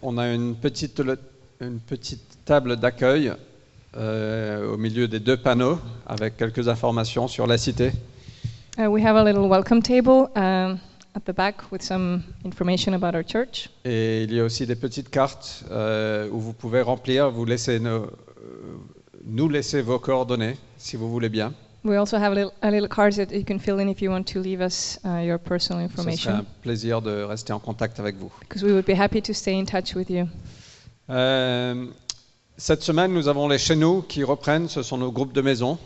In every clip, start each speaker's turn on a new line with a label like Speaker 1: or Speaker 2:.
Speaker 1: on a une petite, le- une petite table d'accueil euh, au milieu des deux panneaux avec quelques informations sur la cité.
Speaker 2: Uh, we have a little welcome table um, at the back with some information about our church.
Speaker 1: Et il y a aussi des petites cartes euh, où vous pouvez remplir, vous laissez nos- euh, nous laisser vos coordonnées si vous voulez bien.
Speaker 2: We also have a little, a little card that you can fill in if you want to leave us uh, your personal
Speaker 1: Ce serait un
Speaker 2: information,
Speaker 1: plaisir de rester en contact avec vous.
Speaker 2: because we would be happy to stay in touch with you.
Speaker 1: Euh, cette semaine, nous avons les chez nous qui reprennent. Ce sont nos groupes de maison.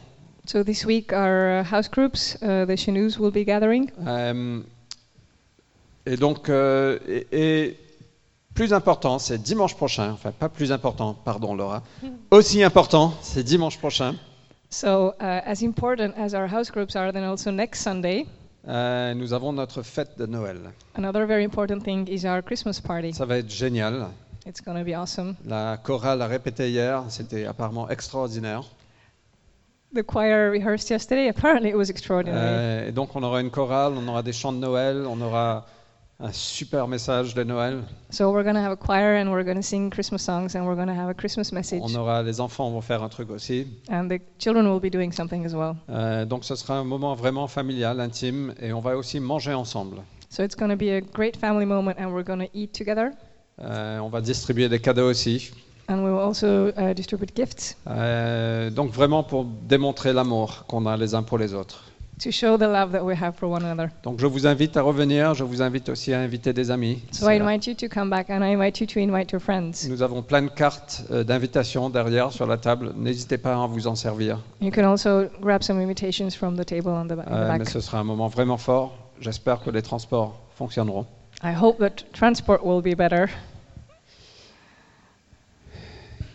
Speaker 2: So this week our uh, house groups, uh, the Chenus, will be gathering.
Speaker 1: Euh, et donc, euh, et, et plus important, c'est dimanche prochain. Enfin, pas plus important, pardon, Laura. Aussi important, c'est dimanche prochain.
Speaker 2: So uh, as important as our house groups are, then also next Sunday,
Speaker 1: Euh, nous avons notre fête de Noël.
Speaker 2: another very important thing is our Christmas party.
Speaker 1: Ça va être génial.
Speaker 2: It's going to be awesome.
Speaker 1: La chorale a répété hier, c'était apparemment extraordinaire.
Speaker 2: The choir rehearsed yesterday. Apparently it was extraordinary.
Speaker 1: Euh, et donc on aura une chorale, on aura des chants de Noël, on aura un super message de Noël.
Speaker 2: So we're gonna have a choir and we're gonna sing Christmas songs and we're gonna have a Christmas message
Speaker 1: On aura les enfants vont faire un truc aussi.
Speaker 2: and the children will be doing something as well.
Speaker 1: Euh, donc ce sera un moment vraiment familial, intime, et on va aussi manger ensemble.
Speaker 2: So it's gonna be a great family moment and we're gonna eat together
Speaker 1: Euh, on va distribuer des cadeaux aussi.
Speaker 2: and we will also uh, distribute gifts
Speaker 1: Euh, donc vraiment pour démontrer l'amour qu'on a les uns pour les autres.
Speaker 2: to show the love that we have for one another.
Speaker 1: Donc je vous invite à revenir, je vous invite aussi à inviter des amis.
Speaker 2: So I invite you to come back and I invite you to invite your friends.
Speaker 1: Nous avons plein de cartes euh, d'invitation derrière sur la table. N'hésitez pas à vous en servir.
Speaker 2: You can also grab some invitations from the table on the, ba- in
Speaker 1: Euh,
Speaker 2: the
Speaker 1: mais
Speaker 2: back.
Speaker 1: ce sera un moment vraiment fort. J'espère que les transports fonctionneront.
Speaker 2: I hope that transport will be better.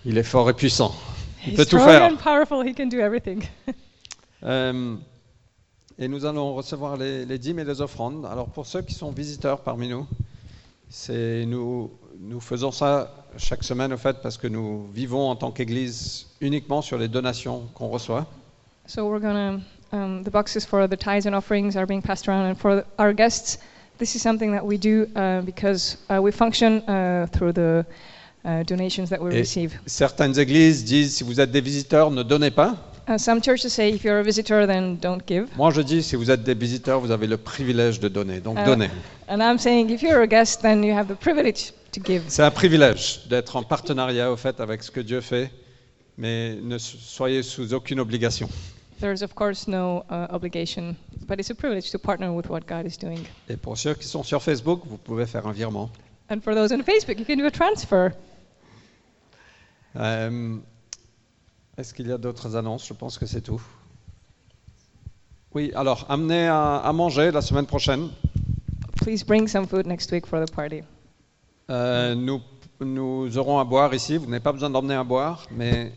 Speaker 1: Il est fort et puissant. Il peut
Speaker 2: He's
Speaker 1: tout
Speaker 2: strong
Speaker 1: faire.
Speaker 2: and powerful, he can do everything.
Speaker 1: Euh, et nous allons recevoir les, les dîmes et les offrandes. Alors pour ceux qui sont visiteurs parmi nous, c'est nous, nous faisons ça chaque semaine au fait parce que nous vivons en tant qu'Église uniquement sur les donations qu'on reçoit.
Speaker 2: So we're gonna um, the boxes for the tithes and offerings are being passed around, and for our guests, this is something that we do uh, because uh, we function uh, through the uh, donations that we
Speaker 1: Eh.
Speaker 2: receive.
Speaker 1: Certaines églises disent si vous êtes des visiteurs, ne donnez pas.
Speaker 2: Uh, some churches say if you're a visitor, then don't give,
Speaker 1: Moi je dis si vous êtes des visiteurs, vous avez le privilège de donner. Donc
Speaker 2: Ah.
Speaker 1: donnez.
Speaker 2: and I'm saying if you're a guest, then you have the privilege to give.
Speaker 1: C'est un privilège d'être en partenariat au fait avec ce que Dieu fait, mais ne s- soyez sous aucune obligation.
Speaker 2: There's of course no uh, obligation, but it's a privilege to partner with what God is doing.
Speaker 1: Et pour ceux qui sont sur Facebook, vous pouvez faire un virement.
Speaker 2: And for those on Facebook, you can do a transfer.
Speaker 1: Euh, Est-ce qu'il y a d'autres annonces Je pense que c'est tout. Oui, alors, amenez à, à manger la semaine prochaine.
Speaker 2: Please bring some food next week for the party.
Speaker 1: Euh, nous, nous aurons à boire ici. Vous n'avez pas besoin d'emmener à boire, mais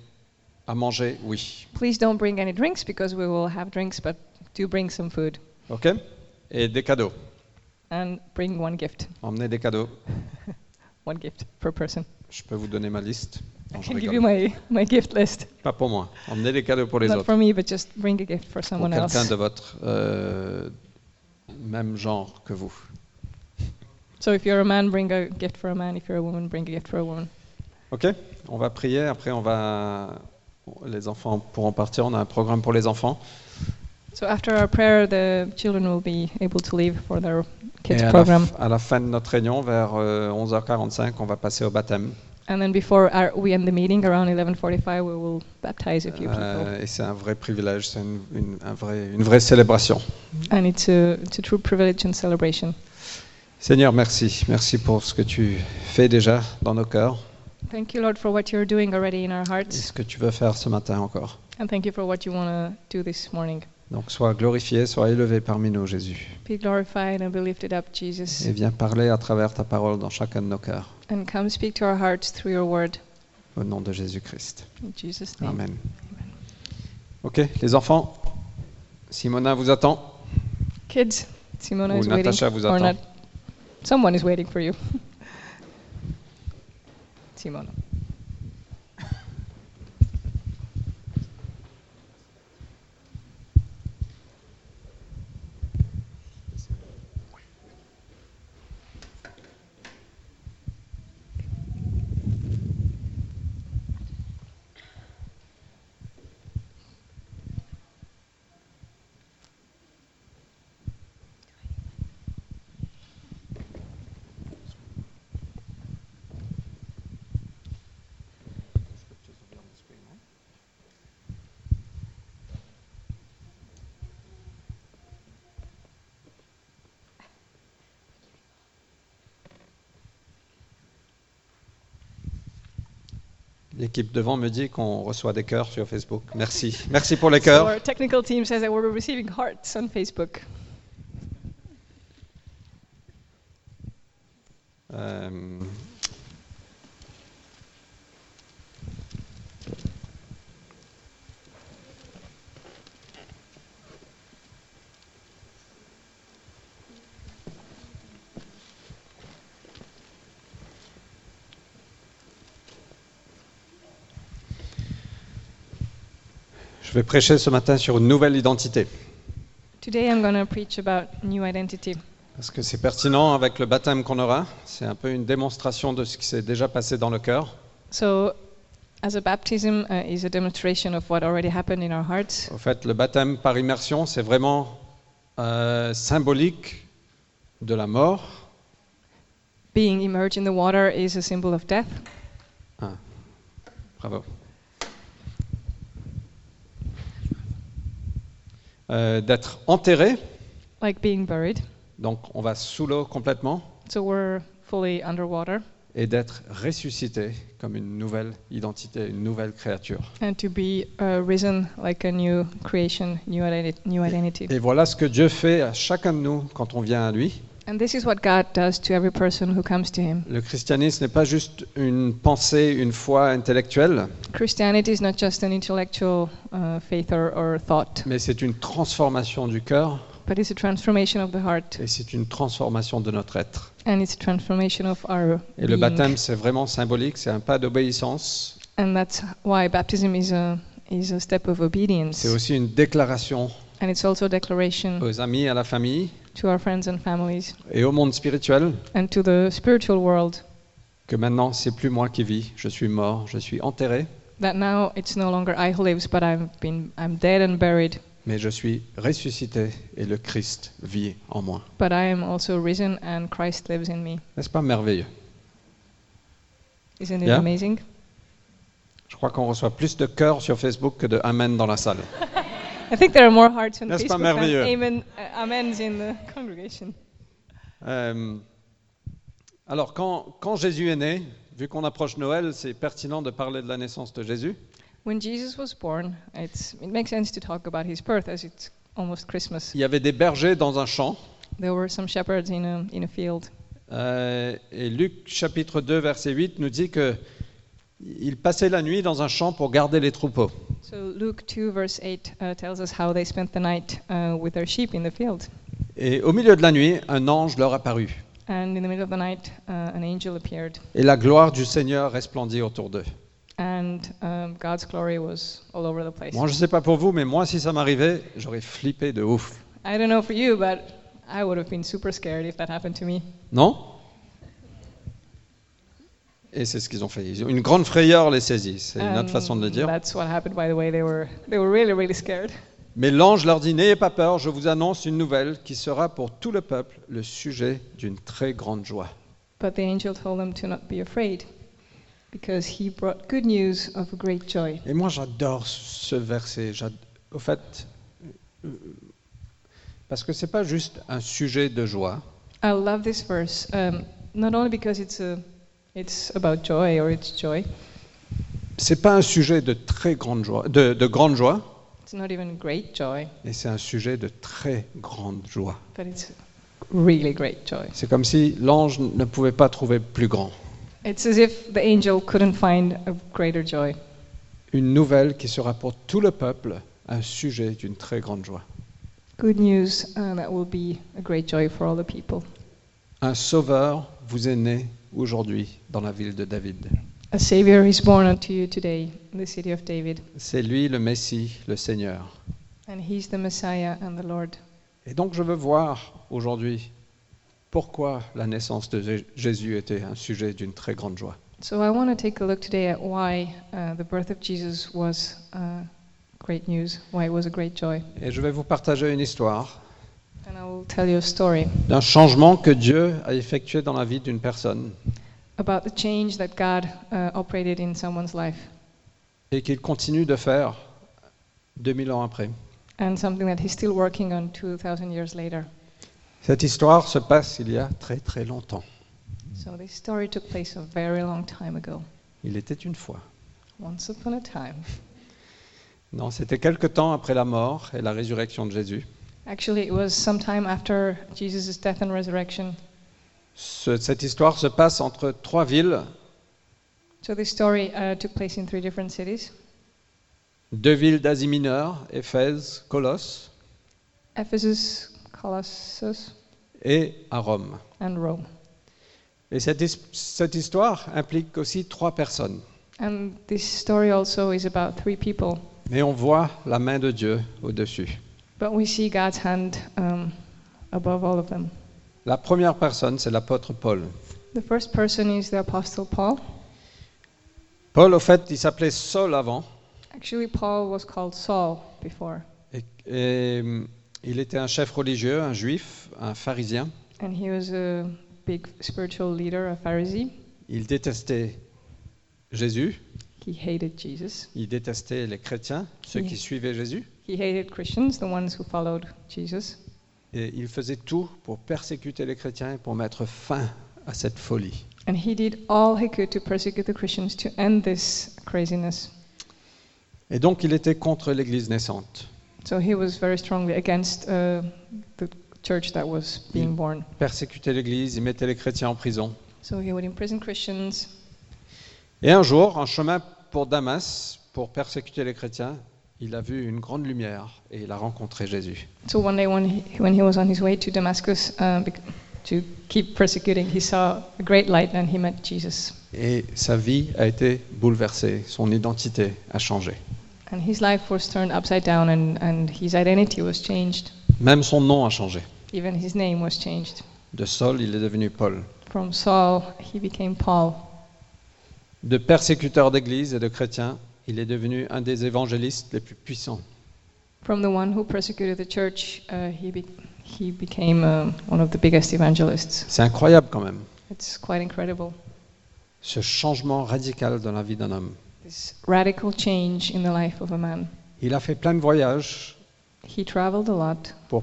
Speaker 1: à manger, oui.
Speaker 2: Please don't bring any drinks because we will have drinks, but do bring some food.
Speaker 1: OK Et des cadeaux.
Speaker 2: and bring one gift,
Speaker 1: Emmenez des cadeaux.
Speaker 2: one gift per person.
Speaker 1: Je peux vous donner ma liste. Non,
Speaker 2: I
Speaker 1: je
Speaker 2: can give
Speaker 1: rigole.
Speaker 2: you my, my gift list.
Speaker 1: Pas pour moi. Emmenez des cadeaux pour les
Speaker 2: Not
Speaker 1: autres.
Speaker 2: for me, but just bring a gift for
Speaker 1: Pour
Speaker 2: someone
Speaker 1: quelqu'un
Speaker 2: else.
Speaker 1: de votre euh, même genre que vous.
Speaker 2: So if you're a man, bring a gift for a man. If you're a woman, bring a gift for a woman.
Speaker 1: Ok, on va prier, après on va... Les enfants pourront partir, on a un programme pour les enfants.
Speaker 2: So after our prayer, the children will be able to leave for their kids
Speaker 1: Et à la,
Speaker 2: program.
Speaker 1: f- à la fin de notre réunion, vers euh, 11h45, on va passer au baptême.
Speaker 2: And then before our, we end the meeting around 11:45, we will baptize a few people.
Speaker 1: Euh, et c'est un vrai privilège, c'est une, une- un vrai- une vraie célébration.
Speaker 2: And it's a, it's a true privilege and celebration.
Speaker 1: Seigneur, merci. Merci pour ce que tu fais déjà dans nos cœurs
Speaker 2: Thank you, Lord, for what you're doing already in our
Speaker 1: et
Speaker 2: hearts.
Speaker 1: ce que tu veux faire ce matin encore.
Speaker 2: And thank you for what you want to do this morning.
Speaker 1: Donc sois glorifié, sois élevé parmi nous, Jésus.
Speaker 2: Be glorified and be lifted up, Jesus.
Speaker 1: Et viens parler à travers ta parole dans chacun de nos cœurs.
Speaker 2: And come speak to our hearts through your word.
Speaker 1: Au nom de Jésus-Christ.
Speaker 2: In Jesus' name.
Speaker 1: Amen. Ok, les enfants, Simona vous attend.
Speaker 2: Kids, Simona
Speaker 1: Ou
Speaker 2: is
Speaker 1: Natasha
Speaker 2: waiting.
Speaker 1: vous
Speaker 2: or
Speaker 1: attend.
Speaker 2: not. Someone is waiting for you. Simona.
Speaker 1: L'équipe devant me dit qu'on reçoit des cœurs sur Facebook. Merci. Merci pour les cœurs.
Speaker 2: Our technical team says that we're receiving hearts on Facebook.
Speaker 1: Euh, je vais prêcher ce matin sur une nouvelle identité,
Speaker 2: Today I'm going to preach about new identity
Speaker 1: parce que c'est pertinent avec le baptême qu'on aura. C'est un peu une démonstration de ce qui s'est déjà passé dans le cœur.
Speaker 2: So, as a baptism uh, is a demonstration of what already happened in our hearts.
Speaker 1: Au fait, le baptême par immersion, c'est vraiment euh, symbolique de la mort.
Speaker 2: Being immersed in the water is a symbol of death.
Speaker 1: Bravo. Euh, D'être enterré,
Speaker 2: like being buried.
Speaker 1: donc on va sous l'eau complètement,
Speaker 2: So we're fully underwater,
Speaker 1: et d'être ressuscité comme une nouvelle identité, une nouvelle créature.
Speaker 2: and to be uh, risen like a new creation, new, identi- new identity.
Speaker 1: Et voilà ce que Dieu fait à chacun de nous quand on vient à lui.
Speaker 2: And this is what God does to every person who comes to Him.
Speaker 1: Le christianisme n'est pas juste une pensée, une foi intellectuelle,
Speaker 2: Christianity is not just an intellectual uh, faith or, or thought,
Speaker 1: mais c'est une transformation du cœur
Speaker 2: but it's a transformation of the heart,
Speaker 1: et c'est une transformation de notre être.
Speaker 2: and it's a transformation of our
Speaker 1: Et le
Speaker 2: being.
Speaker 1: baptême, c'est vraiment symbolique, c'est un pas d'obéissance,
Speaker 2: And that's why baptism is a is a step of obedience,
Speaker 1: c'est aussi une déclaration
Speaker 2: and it's also a declaration
Speaker 1: aux amis, à la famille
Speaker 2: to our friends and families
Speaker 1: et au monde spirituel
Speaker 2: and to the spiritual world
Speaker 1: que maintenant, c'est plus moi qui vis, je suis mort, je suis enterré,
Speaker 2: that now it's no longer I who lives, but I've been I'm dead and buried,
Speaker 1: mais je suis ressuscité et le Christ vit en moi.
Speaker 2: but I am also risen, and Christ lives in me.
Speaker 1: N'est-ce pas merveilleux
Speaker 2: Isn't it
Speaker 1: Yeah.
Speaker 2: amazing?
Speaker 1: Je crois qu'on reçoit plus de cœurs sur Facebook que de amen dans la salle.
Speaker 2: I think there are more hearts on
Speaker 1: N'est-ce
Speaker 2: Facebook
Speaker 1: pas
Speaker 2: than
Speaker 1: merveilleux?
Speaker 2: amen, uh, amens in the congregation.
Speaker 1: Euh, alors, quand, quand Jésus est né, vu qu'on approche Noël, c'est pertinent de parler de la naissance de Jésus.
Speaker 2: When Jesus was born, it's, it makes sense to talk about his birth as it's almost Christmas.
Speaker 1: Il y avait des bergers dans un champ.
Speaker 2: There were some shepherds in a in a field.
Speaker 1: Euh, et Luc chapitre 2 verset 8 nous dit que il passait la nuit dans un champ pour garder les troupeaux.
Speaker 2: So Luke 2 verse 8 uh, tells us how they spent the night uh, with their sheep in the field.
Speaker 1: Et au milieu de la nuit, un ange leur apparut.
Speaker 2: And in the middle of the night, uh, an angel appeared,
Speaker 1: Et la gloire du Seigneur resplendit autour d'eux.
Speaker 2: and um, God's glory was all over the place.
Speaker 1: Moi, je ne sais pas pour vous, mais moi, si ça m'arrivait, j'aurais flippé de ouf.
Speaker 2: I don't know for you, but I would have been super scared if that happened to me.
Speaker 1: Non Et c'est ce qu'ils ont fait. Ils ont- Une grande frayeur les saisit. C'est une
Speaker 2: And
Speaker 1: autre façon de le dire.
Speaker 2: Um, That's what happened, by the way. They were they were really really scared.
Speaker 1: Mais l'ange leur dit N'ayez pas peur, je vous annonce une nouvelle qui sera pour tout le peuple le sujet d'une très grande joie.
Speaker 2: But the angel told them to not be afraid, because he brought good news of great joy.
Speaker 1: Et moi, j'adore ce verset. J'ad- Au fait, euh, parce que c'est pas juste un sujet de joie,
Speaker 2: I love this verse, um, not only because it's a it's about joy or it's joy.
Speaker 1: c'est pas un sujet de très grande joie, de, de grande joie,
Speaker 2: It's not even great joy,
Speaker 1: mais c'est un sujet de très grande joie.
Speaker 2: but it's really great joy.
Speaker 1: C'est comme si l'ange ne pouvait pas trouver plus grand.
Speaker 2: It's as if the angel couldn't find a greater joy.
Speaker 1: Une nouvelle qui sera pour tout le peuple un sujet d'une très grande joie.
Speaker 2: Good news uh, that will be a great joy for all the people.
Speaker 1: Un sauveur vous est né aujourd'hui dans la ville de David.
Speaker 2: A Savior is born unto you today in the city of David,
Speaker 1: C'est lui le Messie, le Seigneur.
Speaker 2: and he's the Messiah and the Lord.
Speaker 1: Et donc je veux voir aujourd'hui pourquoi la naissance de Jé- Jésus était un sujet d'une très grande joie.
Speaker 2: So I want to take a look today at why uh, the birth of Jesus was uh, great news, why it was a great joy.
Speaker 1: Et je vais vous partager une histoire
Speaker 2: And I will tell you a story
Speaker 1: d'un changement que Dieu a effectué dans la vie d'une personne
Speaker 2: about the change that God uh, operated in someone's life
Speaker 1: et qu'il continue de faire 2000 ans après.
Speaker 2: and something that he's still working on 2,000 years later.
Speaker 1: Cette histoire se passe il y a très très longtemps.
Speaker 2: So this story took place a very long time ago.
Speaker 1: Il était une fois.
Speaker 2: Once upon a time.
Speaker 1: Non, c'était quelque temps après la mort et la résurrection de Jésus.
Speaker 2: Actually, it was sometime after Jesus' death and resurrection.
Speaker 1: Ce- cette histoire se passe entre trois villes,
Speaker 2: So this story uh, took place in three different cities:
Speaker 1: deux villes d'Asie mineure, Éphèse, Colosse
Speaker 2: Ephesus, Colossus,
Speaker 1: et à Rome.
Speaker 2: and Rome.
Speaker 1: Et cette, his- cette histoire implique aussi trois personnes.
Speaker 2: And this story also is about three people,
Speaker 1: Mais on voit la main de Dieu au-dessus.
Speaker 2: but we see God's hand um, above all of them.
Speaker 1: La première personne, c'est l'apôtre Paul.
Speaker 2: The first person is the Apostle Paul.
Speaker 1: Paul, au fait, il s'appelait Saul avant,
Speaker 2: Actually, Paul was called Saul before,
Speaker 1: et, et, hum, il était un chef religieux, un juif, un pharisien.
Speaker 2: and he was a big spiritual leader, a Pharisee.
Speaker 1: Il détestait Jésus,
Speaker 2: He hated Jesus.
Speaker 1: il détestait les chrétiens, ceux qui
Speaker 2: Oui.
Speaker 1: suivaient Jésus,
Speaker 2: He hated Christians, the ones who followed Jesus.
Speaker 1: et il faisait tout pour persécuter les chrétiens et pour mettre fin à cette folie.
Speaker 2: And he did all he could to persecute the Christians to end this craziness.
Speaker 1: Et donc, il était contre l'Église naissante.
Speaker 2: So he was very strongly against uh, the church that was being
Speaker 1: Mm.
Speaker 2: born.
Speaker 1: Il persécutait l'Église, il mettait les chrétiens en prison.
Speaker 2: So he would imprison Christians.
Speaker 1: Et un jour, en chemin pour Damas, pour persécuter les chrétiens, il a vu une grande lumière et il a rencontré Jésus.
Speaker 2: So one day, when he, when he was on his way to Damascus uh, bec- to keep persecuting, he saw a great light and he met Jesus.
Speaker 1: Et sa vie a été bouleversée, son identité a changé.
Speaker 2: And his life was turned upside down and, and his identity was changed.
Speaker 1: Même son nom a changé.
Speaker 2: Even his name was changed.
Speaker 1: De Saul, il est devenu Paul.
Speaker 2: From Saul, he became Paul.
Speaker 1: De persécuteur d'église et de chrétien, il est devenu un des évangélistes les plus puissants.
Speaker 2: From the one who persecuted the church, uh, he, be- he became um one of the biggest evangelists.
Speaker 1: C'est incroyable quand même,
Speaker 2: It's quite incredible.
Speaker 1: ce changement radical dans la vie d'un homme.
Speaker 2: This radical change in the life of a man.
Speaker 1: Il a fait plein de voyages
Speaker 2: He traveled a lot
Speaker 1: pour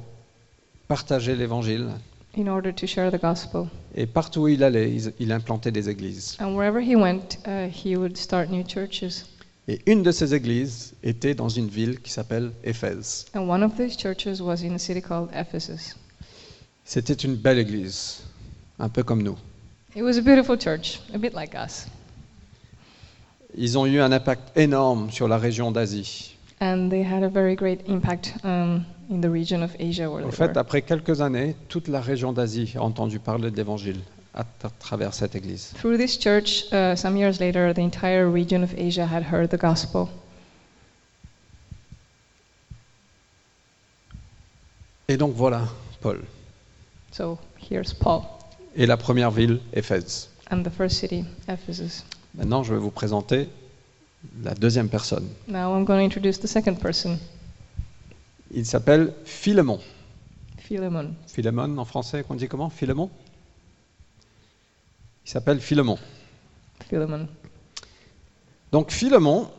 Speaker 1: partager l'évangile.
Speaker 2: in order to share the gospel.
Speaker 1: Et partout où il allait, il- il implantait des églises.
Speaker 2: And wherever he went, uh, he would start new churches.
Speaker 1: Et une de ces églises était dans une ville qui s'appelle Éphèse.
Speaker 2: And one of these churches was in a city called Ephesus.
Speaker 1: C'était une belle église, un peu comme nous.
Speaker 2: It was a beautiful church, a bit like us.
Speaker 1: Ils ont eu un impact énorme sur la région d'Asie.
Speaker 2: And they had a very great impact um, in the region of Asia where
Speaker 1: En
Speaker 2: they
Speaker 1: fait,
Speaker 2: were.
Speaker 1: après quelques années, toute la région d'Asie a entendu parler de l'évangile à, à travers cette église.
Speaker 2: Through this church, uh, some years later, the entire region of Asia had heard the gospel.
Speaker 1: Et donc voilà Paul
Speaker 2: So here's Paul
Speaker 1: et la première ville, Éphèse.
Speaker 2: and the first city, Ephesus.
Speaker 1: Maintenant, je vais vous présenter la deuxième personne.
Speaker 2: Now I'm going to introduce the second person,
Speaker 1: Il s'appelle Philémon.
Speaker 2: Philemon.
Speaker 1: Philémon en français, qu'on dit comment Philémon Il s'appelle Philémon.
Speaker 2: Philemon.
Speaker 1: Donc Philémon,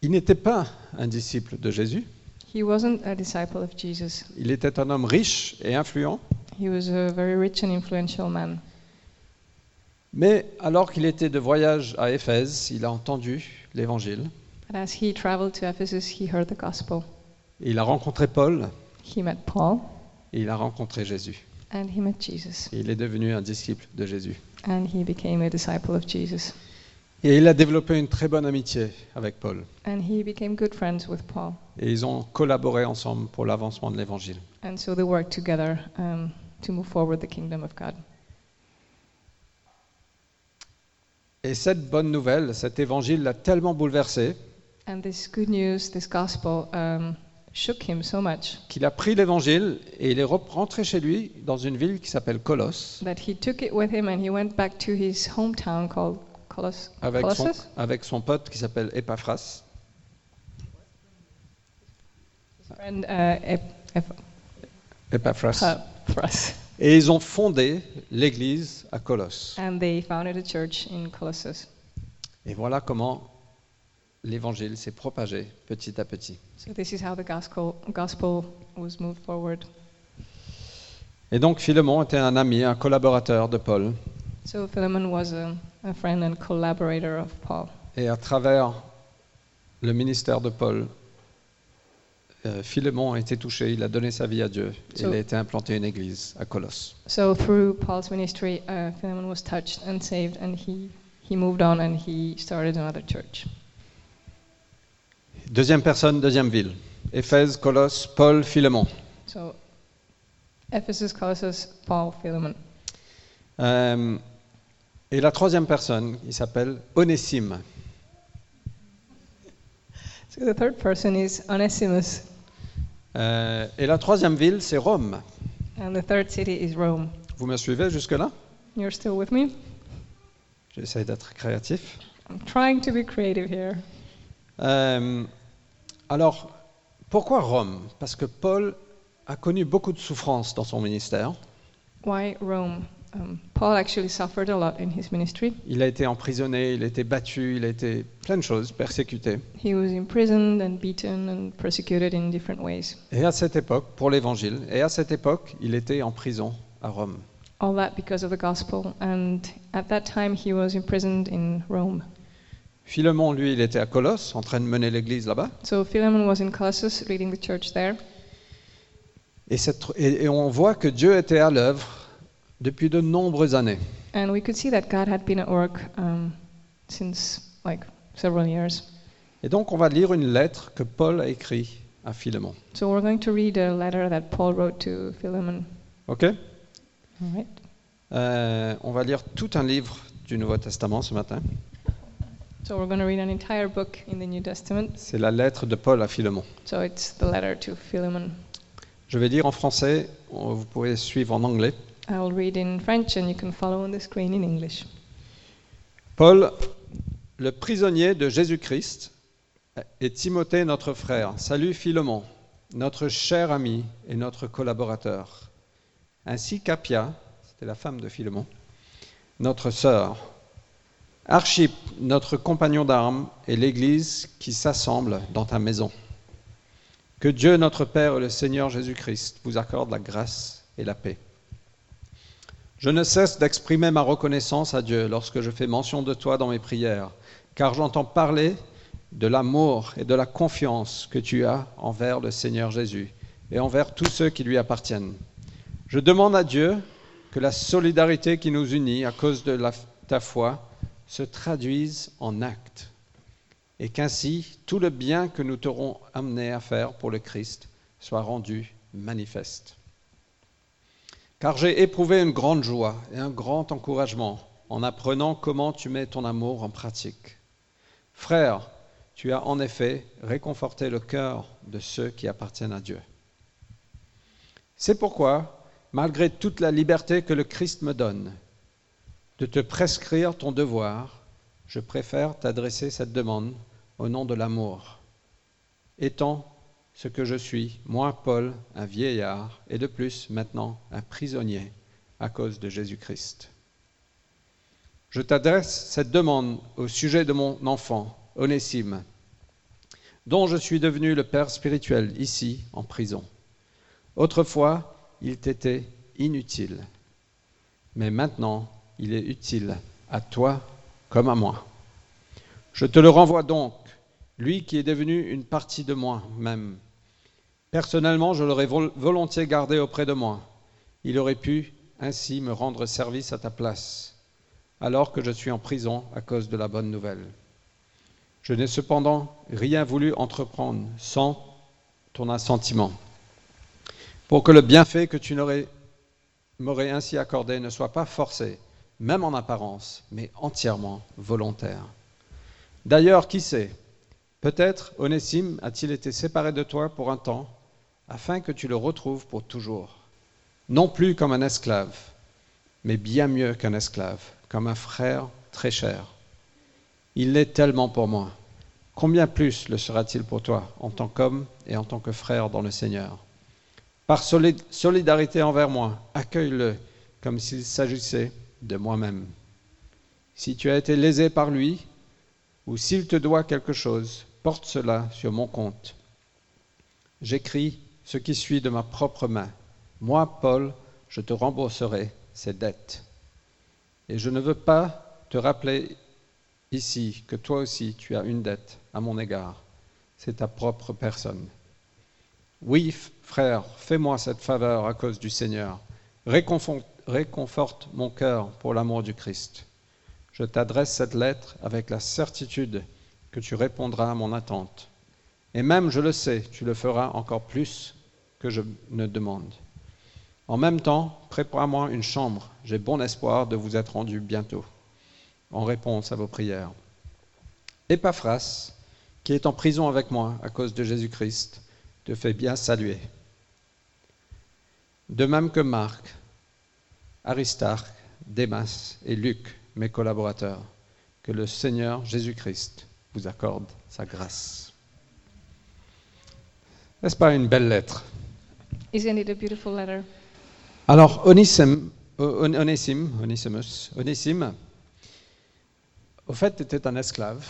Speaker 1: il n'était pas un disciple de Jésus,
Speaker 2: He wasn't a disciple of Jesus.
Speaker 1: il était un homme riche et influent,
Speaker 2: He was a very rich and influential man.
Speaker 1: mais alors qu'il était de voyage à Éphèse, il a entendu l'évangile,
Speaker 2: But as he traveled to Ephesus, he heard the gospel.
Speaker 1: et il a rencontré Paul,
Speaker 2: He met Paul
Speaker 1: et il a rencontré Jésus,
Speaker 2: and he met Jesus.
Speaker 1: et il est devenu un disciple de Jésus.
Speaker 2: And he became a disciple of Jesus.
Speaker 1: Et il a développé une très bonne amitié avec Paul,
Speaker 2: And he became good friends with Paul.
Speaker 1: et ils ont collaboré ensemble pour l'avancement de l'évangile.
Speaker 2: And so they worked together um, to move forward the kingdom of God.
Speaker 1: Et cette bonne nouvelle, cet évangile l'a tellement bouleversé
Speaker 2: And this good news, this gospel, um, shook him so much
Speaker 1: qu'il a pris l'évangile et il est re- rentré chez lui dans une ville qui s'appelle Colosse
Speaker 2: that he took it with him and he went back to his hometown called Colos-
Speaker 1: avec son,
Speaker 2: Colossus.
Speaker 1: avec son pote qui s'appelle Epaphras.
Speaker 2: His friend uh, Ep- Ep- Ah.
Speaker 1: Epaphras.
Speaker 2: Epaphras.
Speaker 1: Et ils ont fondé l'église à Colosse.
Speaker 2: And they founded a church in Colossus.
Speaker 1: Et voilà comment l'évangile s'est propagé petit à petit.
Speaker 2: So this is how the gospel, gospel was moved forward.
Speaker 1: Et donc Philemon était un ami, un collaborateur de Paul.
Speaker 2: So Philemon was a, a friend and collaborator of Paul.
Speaker 1: Et à travers le ministère de Paul, euh, Philémon a été touché, il a donné sa vie à Dieu.
Speaker 2: So-
Speaker 1: il a été implanté une église à Colosse.
Speaker 2: So through Paul's ministry, uh, Philemon was touched and saved, and he, he moved on and he started another church.
Speaker 1: Deuxième personne, deuxième ville. Éphèse, Colosse, Paul, Philémon.
Speaker 2: So Ephesus, Colossus, Paul, Philemon.
Speaker 1: Euh, et la troisième personne, il s'appelle Onésime.
Speaker 2: So the third person is Onesimus,
Speaker 1: Euh, et la troisième ville, c'est Rome.
Speaker 2: and the third city is Rome.
Speaker 1: Vous me suivez jusque-là
Speaker 2: You're still with me?
Speaker 1: J'essaie d'être créatif.
Speaker 2: I'm trying to be creative here.
Speaker 1: Euh, alors, pourquoi Rome Parce que Paul a connu beaucoup de souffrances dans son ministère.
Speaker 2: Why Rome? Um, Paul actually suffered a lot in his ministry.
Speaker 1: Il a été emprisonné, il a été battu, il a été plein de choses, persécuté.
Speaker 2: He was imprisoned and beaten and persecuted in different ways.
Speaker 1: Et à cette époque, pour l'Évangile, et à cette époque, il était en prison à Rome.
Speaker 2: All that because of the gospel. And at that time, he was imprisoned in Rome.
Speaker 1: Philemon, lui, il était à Colosse, en train de mener l'église là-bas.
Speaker 2: So Philemon was in Colossus leading the church there.
Speaker 1: Et, cette- et- et on voit que Dieu était à l'œuvre depuis de nombreuses années.
Speaker 2: And we could see that God had been at work um, since like several years.
Speaker 1: Et donc, on va lire une lettre que Paul a écrite à Philemon.
Speaker 2: So we're going to read a letter that Paul wrote to Philemon.
Speaker 1: OK
Speaker 2: All right.
Speaker 1: Euh, On va lire tout un livre du Nouveau Testament ce matin.
Speaker 2: So we're going to read an entire book in the New Testament.
Speaker 1: C'est la lettre de Paul à Philemon.
Speaker 2: So it's the letter to Philemon.
Speaker 1: Je vais lire en français, on- vous pouvez suivre en anglais.
Speaker 2: I'll read in French and you can follow on the screen in English.
Speaker 1: Paul, le prisonnier de Jésus-Christ, et Timothée, notre frère. Salut Philemon, notre cher ami et notre collaborateur. Ainsi qu'Appia, c'était la femme de Philemon, notre sœur. Archip, notre compagnon d'armes, et l'Église qui s'assemble dans ta maison. Que Dieu notre Père et le Seigneur Jésus-Christ vous accorde la grâce et la paix. Je ne cesse d'exprimer ma reconnaissance à Dieu lorsque je fais mention de toi dans mes prières, car j'entends parler de l'amour et de la confiance que tu as envers le Seigneur Jésus et envers tous ceux qui lui appartiennent. Je demande à Dieu que la solidarité qui nous unit à cause de la- ta foi se traduise en actes, et qu'ainsi tout le bien que nous t'aurons amené à faire pour le Christ soit rendu manifeste. Car j'ai éprouvé une grande joie et un grand encouragement en apprenant comment tu mets ton amour en pratique. Frère, tu as en effet réconforté le cœur de ceux qui appartiennent à Dieu. C'est pourquoi, malgré toute la liberté que le Christ me donne de te prescrire ton devoir, je préfère t'adresser cette demande au nom de l'amour. Étant ce que je suis, moi, Paul, un vieillard, et de plus, maintenant, un prisonnier à cause de Jésus-Christ. Je t'adresse cette demande au sujet de mon enfant, Onésime, dont je suis devenu le père spirituel ici, en prison. Autrefois, il t'était inutile, mais maintenant, il est utile à toi comme à moi. Je te le renvoie donc, lui qui est devenu une partie de moi même. Personnellement, je l'aurais vol- volontiers gardé auprès de moi. Il aurait pu ainsi me rendre service à ta place, alors que je suis en prison à cause de la bonne nouvelle. Je n'ai cependant rien voulu entreprendre sans ton assentiment, pour que le bienfait que tu n'aurais- m'aurais ainsi accordé ne soit pas forcé, même en apparence, mais entièrement volontaire. D'ailleurs, qui sait Peut-être Onésime a-t-il été séparé de toi pour un temps, afin que tu le retrouves pour toujours, non plus comme un esclave, mais bien mieux qu'un esclave, comme un frère très cher. Il l'est tellement pour moi. Combien plus le sera-t-il pour toi, en tant qu'homme et en tant que frère dans le Seigneur Par soli- solidarité envers moi, accueille-le comme s'il s'agissait de moi-même. Si tu as été lésé par lui, ou s'il te doit quelque chose, porte cela sur mon compte. J'écris ce qui suit de ma propre main. Moi, Paul, je te rembourserai ces dettes. Et je ne veux pas te rappeler ici que toi aussi tu as une dette à mon égard, c'est ta propre personne. Oui, f- frère, fais-moi cette faveur à cause du Seigneur. Réconfon- Réconforte mon cœur pour l'amour du Christ. Je t'adresse cette lettre avec la certitude que tu répondras à mon attente. Et même, je le sais, tu le feras encore plus que je ne demande. En même temps, prépare-moi une chambre. J'ai bon espoir de vous être rendu bientôt en réponse à vos prières. Épaphras, qui est en prison avec moi à cause de Jésus-Christ, te fait bien saluer. De même que Marc, Aristarque, Démas et Luc, mes collaborateurs, que le Seigneur Jésus-Christ vous accorde sa grâce. N'est-ce pas une belle lettre
Speaker 2: Isn't it a beautiful letter?
Speaker 1: Alors, Onésime, O- On- Onésime, Onesimus, Onésime, au fait, était un esclave.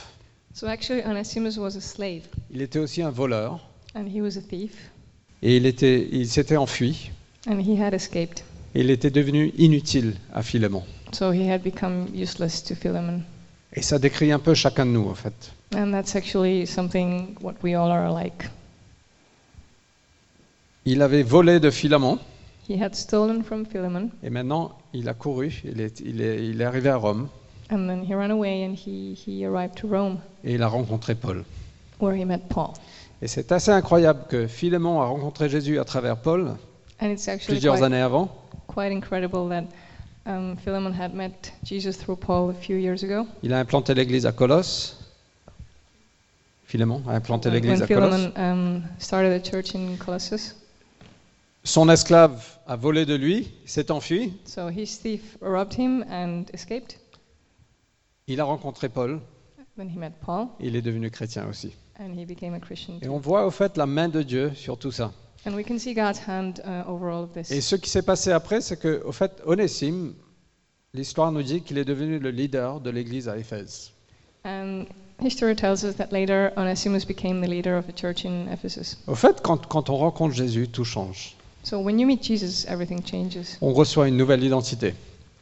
Speaker 2: So actually, Onesimus was a slave,
Speaker 1: Il était aussi un voleur
Speaker 2: and he was a thief,
Speaker 1: et il, était, il s'était enfui.
Speaker 2: and he had escaped.
Speaker 1: Il était devenu inutile à Philémon.
Speaker 2: So he had become useless to Philemon.
Speaker 1: Et ça décrit un peu chacun de nous, en fait.
Speaker 2: And that's actually something what we all are like.
Speaker 1: Il avait volé de Philémon
Speaker 2: He had stolen from Philemon,
Speaker 1: et maintenant il a couru, il est, il est- il est arrivé à Rome
Speaker 2: and then he ran away and he, he arrived to Rome,
Speaker 1: et il a rencontré Paul.
Speaker 2: where he met Paul.
Speaker 1: Et c'est assez incroyable que Philémon a rencontré Jésus à travers Paul
Speaker 2: And it's actually
Speaker 1: plusieurs
Speaker 2: quite,
Speaker 1: années avant.
Speaker 2: quite incredible that um, Philemon had met Jesus through Paul a few years ago.
Speaker 1: Il a implanté l'église à Colosse. Philémon a implanté
Speaker 2: when
Speaker 1: l'église
Speaker 2: when
Speaker 1: à Colosse.
Speaker 2: Philemon um, started a church in Colossus.
Speaker 1: Son esclave a volé de lui, s'est enfui.
Speaker 2: So his thief robbed him and escaped.
Speaker 1: Il a rencontré Paul.
Speaker 2: Then he met Paul,
Speaker 1: Il est devenu chrétien aussi.
Speaker 2: and he became a Christian.
Speaker 1: Et
Speaker 2: too.
Speaker 1: on voit au fait la main de Dieu sur tout ça.
Speaker 2: And we can see God's hand uh, over all of this.
Speaker 1: Et ce qui s'est passé après, c'est que, au fait, Onésime, l'histoire nous dit qu'il est devenu le leader de l'église à Éphèse.
Speaker 2: And history tells us that later Onesimus became the leader of the church in Ephesus.
Speaker 1: Au fait, quand, quand on rencontre Jésus, tout change.
Speaker 2: So when you meet Jesus, everything changes.
Speaker 1: On reçoit une nouvelle identité.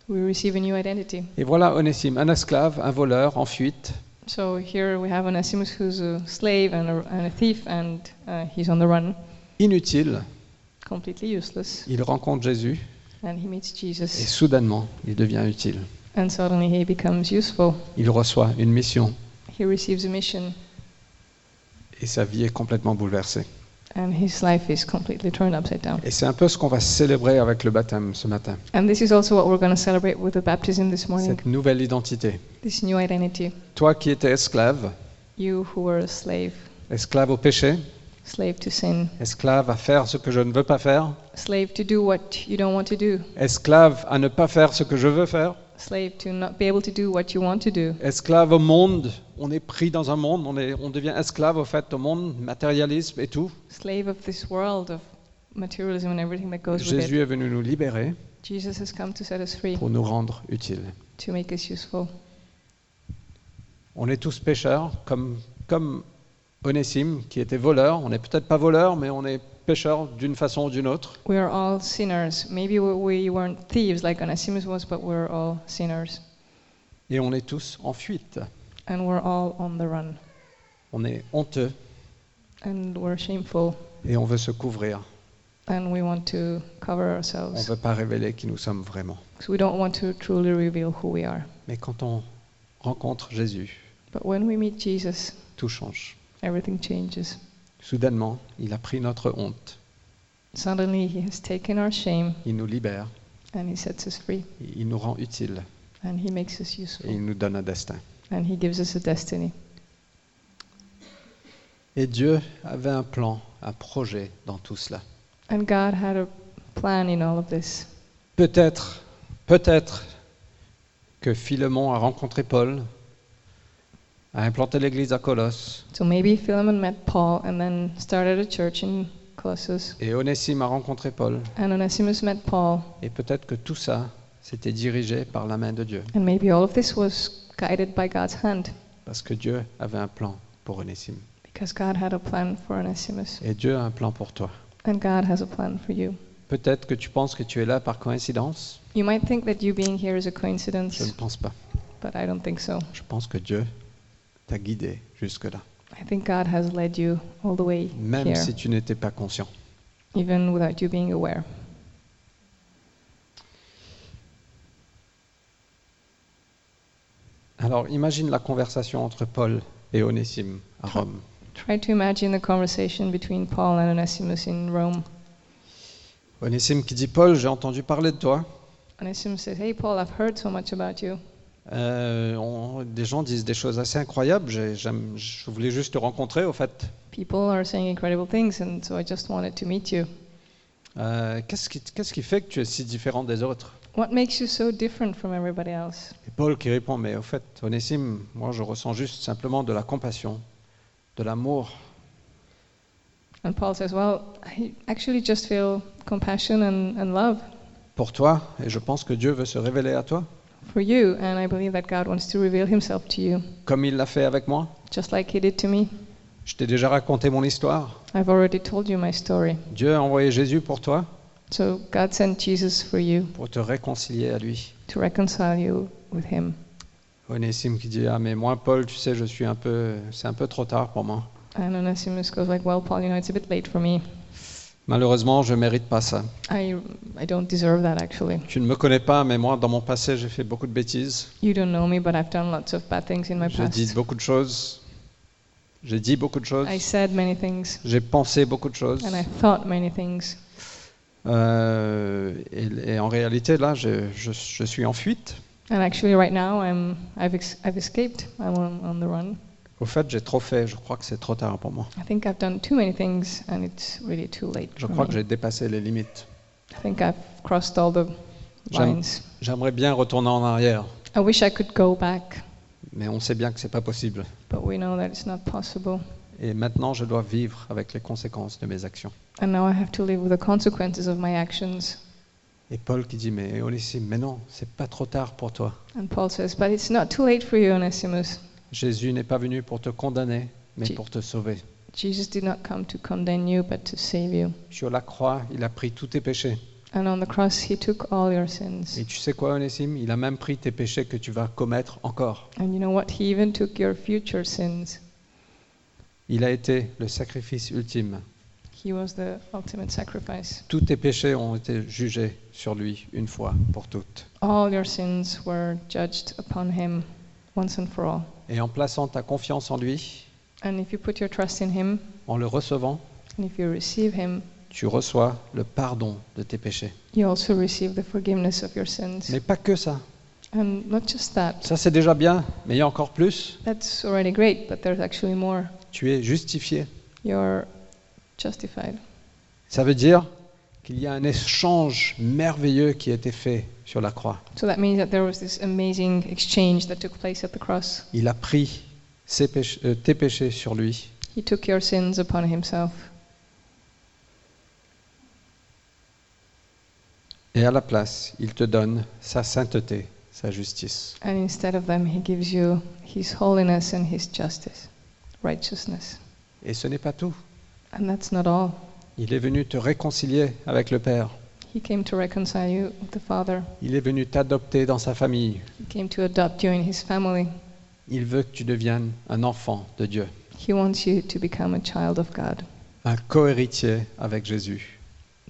Speaker 2: We receive a new identity.
Speaker 1: Et voilà Onésime, un esclave, un voleur, en fuite.
Speaker 2: So here we have Onesimus who's a slave and a, and a thief, and uh, he's on the run,
Speaker 1: Inutile,
Speaker 2: completely useless.
Speaker 1: il rencontre Jésus
Speaker 2: And he meets
Speaker 1: et
Speaker 2: Jesus,
Speaker 1: soudainement, il devient utile.
Speaker 2: and suddenly he becomes useful.
Speaker 1: Il reçoit une mission
Speaker 2: He receives a mission,
Speaker 1: et sa vie est complètement bouleversée.
Speaker 2: and his life is completely turned upside down.
Speaker 1: Et c'est un peu ce qu'on va célébrer avec le baptême ce matin,
Speaker 2: And this is also what we're going to celebrate with the baptism this morning
Speaker 1: cette nouvelle identité.
Speaker 2: this new identity.
Speaker 1: Toi qui étais esclave,
Speaker 2: You who were a slave,
Speaker 1: esclave au péché,
Speaker 2: slave to sin,
Speaker 1: esclave à faire ce que je ne veux pas faire,
Speaker 2: slave to do what you don't want to do,
Speaker 1: esclave à ne pas faire ce que je veux faire,
Speaker 2: slave to not be able to do what you want to do,
Speaker 1: esclave au monde, on est pris dans un monde, on, est, on devient esclave au fait au monde, matérialisme et tout.
Speaker 2: slave of this world of materialism and everything that goes with it.
Speaker 1: Jésus est venu nous libérer
Speaker 2: Jesus has come to set us free,
Speaker 1: pour nous rendre utiles.
Speaker 2: to make us useful.
Speaker 1: On est tous pécheurs, comme, comme Onésime qui était voleur. On n'est peut-être pas voleur, mais on est pécheur d'une façon ou d'une autre.
Speaker 2: We are all sinners. Maybe we- we weren't thieves like Onesimus was, but we're all sinners.
Speaker 1: Et on est tous en fuite.
Speaker 2: And we're all on the run.
Speaker 1: On est honteux
Speaker 2: And we're shameful.
Speaker 1: et on veut se couvrir.
Speaker 2: And we want to cover
Speaker 1: On
Speaker 2: ourselves.
Speaker 1: ne veut pas révéler qui nous sommes vraiment.
Speaker 2: Because we don't want to truly reveal who we are.
Speaker 1: Mais quand on rencontre Jésus,
Speaker 2: But when we meet Jesus,
Speaker 1: tout change.
Speaker 2: everything changes.
Speaker 1: Soudainement, il a pris notre honte.
Speaker 2: Suddenly, He has taken our shame
Speaker 1: Il nous libère,
Speaker 2: and He sets us free.
Speaker 1: il nous rend utile
Speaker 2: And He makes us
Speaker 1: et
Speaker 2: useful.
Speaker 1: il nous donne un destin.
Speaker 2: And He gives us a destiny.
Speaker 1: Et Dieu avait un plan, un projet dans tout cela.
Speaker 2: And God had a plan in all of this.
Speaker 1: Peut-être, peut-être que Philemon a rencontré Paul, a implanté l'église à Colosse,
Speaker 2: So maybe Philemon met Paul and then started a church in Colossus.
Speaker 1: et Onésime a rencontré Paul,
Speaker 2: And Onesimus met Paul.
Speaker 1: et peut-être que tout ça c'était dirigé par la main de Dieu,
Speaker 2: And maybe all of this was guided by God's hand.
Speaker 1: parce que Dieu avait un plan pour Onésime.
Speaker 2: Because God had a plan for Onesimus,
Speaker 1: Et Dieu a un plan pour toi.
Speaker 2: and God has a plan for you.
Speaker 1: Peut-être que tu penses que tu es là par coïncidence.
Speaker 2: You might think that you being here is
Speaker 1: Je ne
Speaker 2: a coincidence,
Speaker 1: pense pas.
Speaker 2: but I don't think so.
Speaker 1: Je pense que Dieu t'a guidé jusque-là,
Speaker 2: I think God has led you all the way
Speaker 1: même
Speaker 2: here,
Speaker 1: si tu n'étais pas conscient.
Speaker 2: even without you being aware.
Speaker 1: Alors imagine la conversation entre Paul et Onésime à Rome.
Speaker 2: Try to imagine the conversation between Paul and Onesimus in Rome.
Speaker 1: Onésime qui dit Paul, j'ai entendu parler de toi.
Speaker 2: Onesimus says, Hey, Paul, I've heard so much about you.
Speaker 1: Euh, on- des gens disent des choses assez incroyables. J'ai- j'aime- je voulais juste te rencontrer, au fait.
Speaker 2: People are saying incredible things, and so I just wanted to meet you.
Speaker 1: Euh, Qu'est-ce qui, qu'est-ce qui fait que tu es si différent des autres
Speaker 2: What makes you so different from everybody else?
Speaker 1: Et Paul qui répond Mais au fait, Onésime, moi je ressens juste simplement de la compassion, de l'amour.
Speaker 2: And Paul says, Well, I actually just feel compassion and, and love
Speaker 1: pour toi et je pense que Dieu veut se révéler à toi,
Speaker 2: for you, and I believe that God wants to reveal himself to you,
Speaker 1: comme il l'a fait avec moi.
Speaker 2: just like he did to me.
Speaker 1: Je t'ai déjà raconté mon histoire.
Speaker 2: I've already told you my story.
Speaker 1: Dieu a envoyé Jésus pour toi,
Speaker 2: So God sent Jesus for you
Speaker 1: pour te réconcilier à lui.
Speaker 2: to reconcile you with him.
Speaker 1: Onésime qui dit Ah, mais moi, Paul, tu sais, je suis un peu. C'est un peu trop tard pour moi.
Speaker 2: And Onesimus goes like, Well, Paul, you know, it's a bit late for me.
Speaker 1: Malheureusement, je mérite pas ça.
Speaker 2: I, I don't deserve that, actually.
Speaker 1: Tu ne me connais pas, mais moi, dans mon passé, j'ai fait beaucoup de bêtises.
Speaker 2: You don't know me, but I've done lots of bad things in my
Speaker 1: J'ai dit
Speaker 2: past.
Speaker 1: beaucoup de choses. J'ai dit beaucoup de choses.
Speaker 2: I said many things,
Speaker 1: J'ai pensé beaucoup de choses.
Speaker 2: and I thought many things.
Speaker 1: Euh, et, et en réalité, là, je- je- je suis en fuite.
Speaker 2: And actually, right now, I'm, I've, ex- I've escaped. I'm on, on the run.
Speaker 1: Au fait, j'ai trop fait. Je crois que c'est trop tard pour moi.
Speaker 2: I think I've done too many things, and it's really too late.
Speaker 1: Je
Speaker 2: for
Speaker 1: crois
Speaker 2: me.
Speaker 1: que j'ai dépassé les limites.
Speaker 2: I think I've crossed all the
Speaker 1: J'aime-
Speaker 2: lines.
Speaker 1: J'aimerais bien retourner en arrière,
Speaker 2: I wish I could go back,
Speaker 1: mais on sait bien que c'est pas possible.
Speaker 2: but we know that it's not possible.
Speaker 1: Et maintenant, je dois vivre avec les conséquences de mes actions.
Speaker 2: And now I have to live with the consequences of my actions.
Speaker 1: Et Paul qui dit mais Onésime, mais non, c'est pas trop tard pour toi.
Speaker 2: And Paul says, But it's not too late for you, Onesimus.
Speaker 1: Jésus n'est pas venu pour te condamner, mais
Speaker 2: Si.
Speaker 1: pour te sauver.
Speaker 2: Jesus did not come to condemn you, but to save you.
Speaker 1: Sur la croix, il a pris tous tes péchés.
Speaker 2: And on the cross, he took all your sins.
Speaker 1: Et tu sais quoi, Onésime Il a même pris tes péchés que tu vas commettre encore.
Speaker 2: And you know what? He even took your future sins.
Speaker 1: Il a été le sacrifice ultime.
Speaker 2: He was the ultimate sacrifice.
Speaker 1: Tous tes péchés ont été jugés sur lui une fois pour toutes.
Speaker 2: All your sins were judged upon him once and for all.
Speaker 1: Et en plaçant ta confiance en lui,
Speaker 2: And if you put your trust in him,
Speaker 1: en le recevant,
Speaker 2: and if you receive him,
Speaker 1: tu reçois le pardon de tes péchés.
Speaker 2: you also receive the forgiveness of your sins.
Speaker 1: Mais pas que ça.
Speaker 2: And not just that,
Speaker 1: Ça, c'est déjà bien, mais il y a encore plus.
Speaker 2: that's already great, but there's actually more.
Speaker 1: Tu es justifié.
Speaker 2: You're justified.
Speaker 1: Ça veut dire qu'il y a un échange merveilleux qui a été fait sur la croix.
Speaker 2: So that means that there was this amazing exchange that took place at the cross.
Speaker 1: Il a pris ses péch- euh, tes péchés sur lui.
Speaker 2: He took your sins upon himself.
Speaker 1: Et à la place, il te donne sa sainteté, sa justice.
Speaker 2: And instead of them, he gives you his holiness and his justice, righteousness.
Speaker 1: Et ce n'est pas tout.
Speaker 2: And that's not all.
Speaker 1: Il est venu te réconcilier avec le Père.
Speaker 2: He came to reconcile you with the Father.
Speaker 1: Il est venu t'adopter dans sa famille.
Speaker 2: He came to adopt you in his family.
Speaker 1: Il veut que tu deviennes un enfant de Dieu,
Speaker 2: He wants you to become a child of God.
Speaker 1: un cohéritier avec Jésus.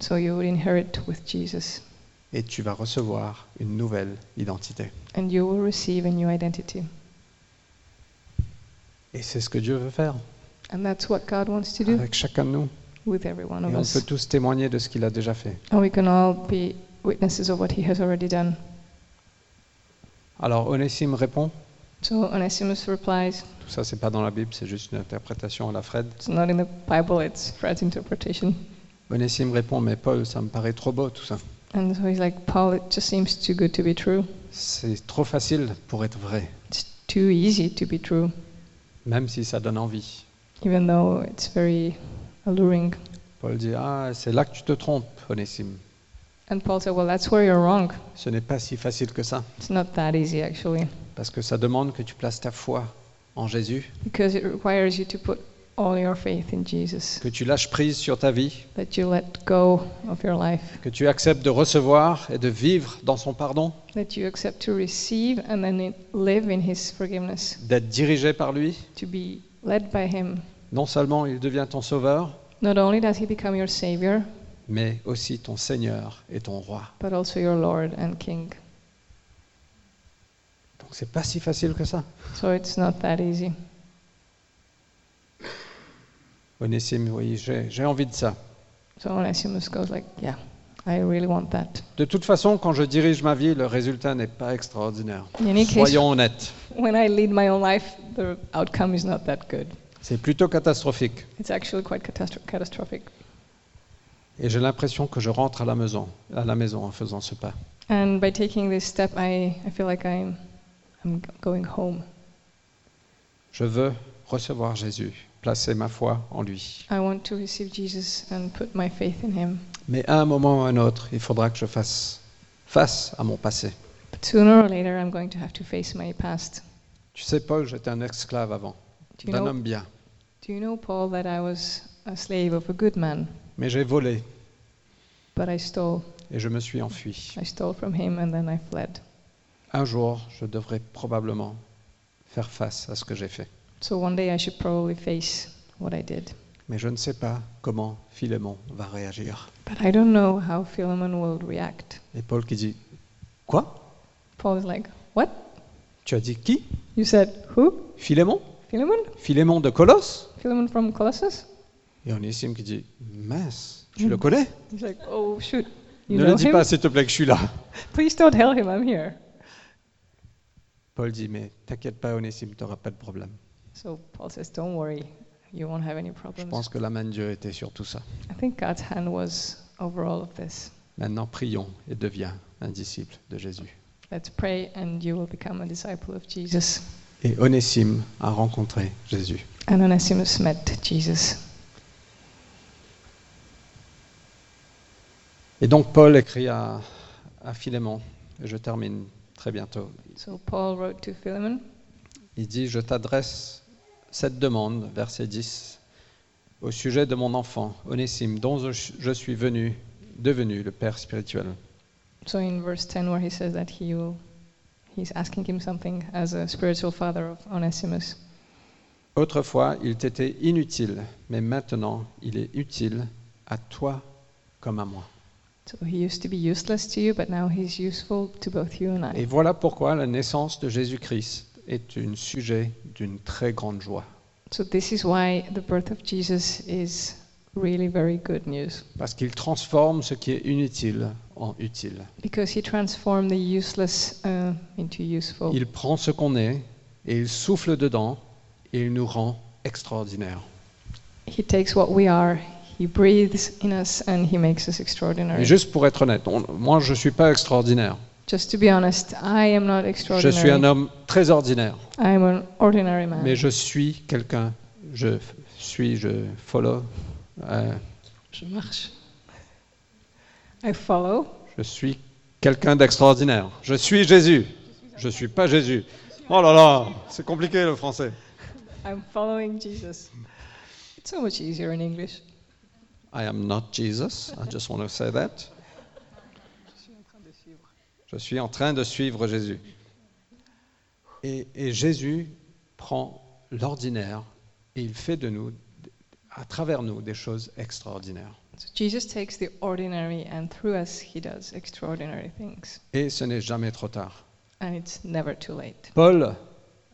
Speaker 2: So you will inherit with Jesus
Speaker 1: et tu vas recevoir une nouvelle identité.
Speaker 2: and you will receive a new identity.
Speaker 1: Et c'est ce que Dieu veut faire
Speaker 2: And that's what God wants to do
Speaker 1: avec chacun de nous.
Speaker 2: with every one of
Speaker 1: Et on peut
Speaker 2: us.
Speaker 1: tous témoigner de ce qu'il a déjà fait.
Speaker 2: And we can all be witnesses of what he has already done.
Speaker 1: Alors Onésime répond,
Speaker 2: So Onesimus replies,
Speaker 1: tout ça c'est pas dans la Bible, c'est juste une interprétation à la Fred.
Speaker 2: it's not in the Bible, it's Fred's interpretation.
Speaker 1: Onésime répond, mais Paul, ça me paraît trop beau tout ça.
Speaker 2: And so he's like, Paul, it just seems too good to be true.
Speaker 1: C'est trop facile pour être vrai,
Speaker 2: It's too easy to be true,
Speaker 1: même si ça donne envie.
Speaker 2: even though it's very alluring.
Speaker 1: Paul dit, ah, c'est là que tu te trompes, Onésime.
Speaker 2: And Paul said, Well, that's where you're wrong.
Speaker 1: Ce n'est pas si facile que ça,
Speaker 2: It's not that easy, actually,
Speaker 1: parce que ça demande que tu places ta foi en Jésus
Speaker 2: because it requires you to put all your faith in Jesus,
Speaker 1: que tu lâches prise sur ta vie,
Speaker 2: that you let go of your life,
Speaker 1: que tu acceptes de recevoir et de vivre dans son pardon,
Speaker 2: that you accept to receive and then in- live in His forgiveness,
Speaker 1: d'être dirigé par lui.
Speaker 2: to be led by Him.
Speaker 1: Non seulement il devient ton sauveur,
Speaker 2: Not only does He become your Savior,
Speaker 1: mais aussi ton Seigneur et ton Roi.
Speaker 2: but also your Lord and King.
Speaker 1: Donc c'est pas si facile que ça.
Speaker 2: So it's not that easy.
Speaker 1: Onésime, oui, j'ai j'ai envie de ça.
Speaker 2: So Onesimus goes like, yeah, I really want that.
Speaker 1: De toute façon, quand je dirige ma vie, le résultat n'est pas extraordinaire.
Speaker 2: In any case,
Speaker 1: Soyons honnêtes.
Speaker 2: when I lead my own life, the outcome is not that good.
Speaker 1: C'est plutôt catastrophique.
Speaker 2: It's actually quite catastro- catastrophic.
Speaker 1: Et j'ai l'impression que je rentre à la maison, à la maison en faisant ce pas.
Speaker 2: And by taking this step, I, I feel like I'm, I'm g- going home.
Speaker 1: Je veux recevoir Jésus, placer ma foi en lui.
Speaker 2: I want to receive Jesus and put my faith in him.
Speaker 1: Mais à un moment ou à un autre, il faudra que je fasse face à mon passé.
Speaker 2: But sooner or later, I'm going to have to face my past.
Speaker 1: Tu sais, Paul, j'étais un esclave avant,
Speaker 2: Do you,
Speaker 1: d'un
Speaker 2: know,
Speaker 1: homme bien.
Speaker 2: do you know, Paul, that I was a slave of a good man?
Speaker 1: Mais j'ai volé
Speaker 2: But I stole.
Speaker 1: et je me suis enfui.
Speaker 2: I stole from him and then I fled.
Speaker 1: Un jour, je devrais probablement faire face à ce que j'ai fait.
Speaker 2: So one day I should probably face what I did.
Speaker 1: Mais je ne sais pas comment Philémon va réagir.
Speaker 2: But I don't know how Philemon will react.
Speaker 1: Et Paul qui dit Quoi
Speaker 2: Paul is like, What?
Speaker 1: Tu as dit qui
Speaker 2: You said who?
Speaker 1: Philémon
Speaker 2: Philemon?
Speaker 1: Philémon de Colosse
Speaker 2: Philemon from Colossus?
Speaker 1: Et Onésime qui dit Mince, tu le
Speaker 2: Mm.
Speaker 1: connais
Speaker 2: He's like, Oh shoot, you
Speaker 1: Ne
Speaker 2: know
Speaker 1: le dis
Speaker 2: him?
Speaker 1: pas, s'il te plaît, que je suis là.
Speaker 2: Please don't tell him I'm here.
Speaker 1: Paul dit Mais t'inquiète pas, Onésime, t'auras pas de problème.
Speaker 2: So Paul says, Don't worry, you won't have any
Speaker 1: Je
Speaker 2: problems.
Speaker 1: pense que la main de Dieu était sur tout ça.
Speaker 2: I think God's hand was over all of this.
Speaker 1: Maintenant, prions et deviens un disciple de Jésus.
Speaker 2: Let's pray, and you will become a disciple of Jesus.
Speaker 1: Et Onésime a rencontré Jésus.
Speaker 2: And Onesimus met Jesus.
Speaker 1: Et donc, Paul écrit à, à Philémon, et je termine très bientôt.
Speaker 2: So Paul wrote to Philemon,
Speaker 1: Il dit, je t'adresse cette demande, verset 10, au sujet de mon enfant, Onésime, dont je je suis venu, devenu le père spirituel.
Speaker 2: so in verse 10, where he says that he will, he's asking him something as a spiritual father of Onesimus.
Speaker 1: Autrefois, il t'était inutile, mais maintenant, il est utile à toi comme à moi.
Speaker 2: So he used to be useless to you, but now he's useful to both you and
Speaker 1: Et
Speaker 2: I.
Speaker 1: voilà pourquoi la naissance de Jésus-Christ est un sujet d'une très grande joie,
Speaker 2: So this is why the birth of Jesus is really very good news,
Speaker 1: parce qu'il transforme ce qui est inutile en utile.
Speaker 2: because he transformed the useless uh, into useful.
Speaker 1: Il prend ce qu'on est et il souffle dedans et il nous rend extraordinaires.
Speaker 2: He takes what we are, He breathes in us, and He makes us extraordinary.
Speaker 1: Mais juste pour être honnête, on- moi je ne suis pas extraordinaire.
Speaker 2: Just to be honest, I am not
Speaker 1: Je suis un
Speaker 2: extraordinary.
Speaker 1: homme très ordinaire,
Speaker 2: I am an ordinary man.
Speaker 1: mais je suis quelqu'un. Je f- suis, je follow, euh,
Speaker 2: Je marche. I follow.
Speaker 1: je suis quelqu'un d'extraordinaire. Je suis Jésus. Je ne suis pas Jésus. Oh là là, c'est compliqué le français.
Speaker 2: I'm following Jesus. It's so much easier in English.
Speaker 1: I am not Jesus. I just want to say that. Je suis en train de suivre Jésus. Et, et Jésus prend l'ordinaire et il fait de nous, à travers nous, des choses extraordinaires.
Speaker 2: So Jesus takes the ordinary, and through us, He does extraordinary things.
Speaker 1: Et ce n'est jamais trop tard.
Speaker 2: And it's never too late.
Speaker 1: Paul,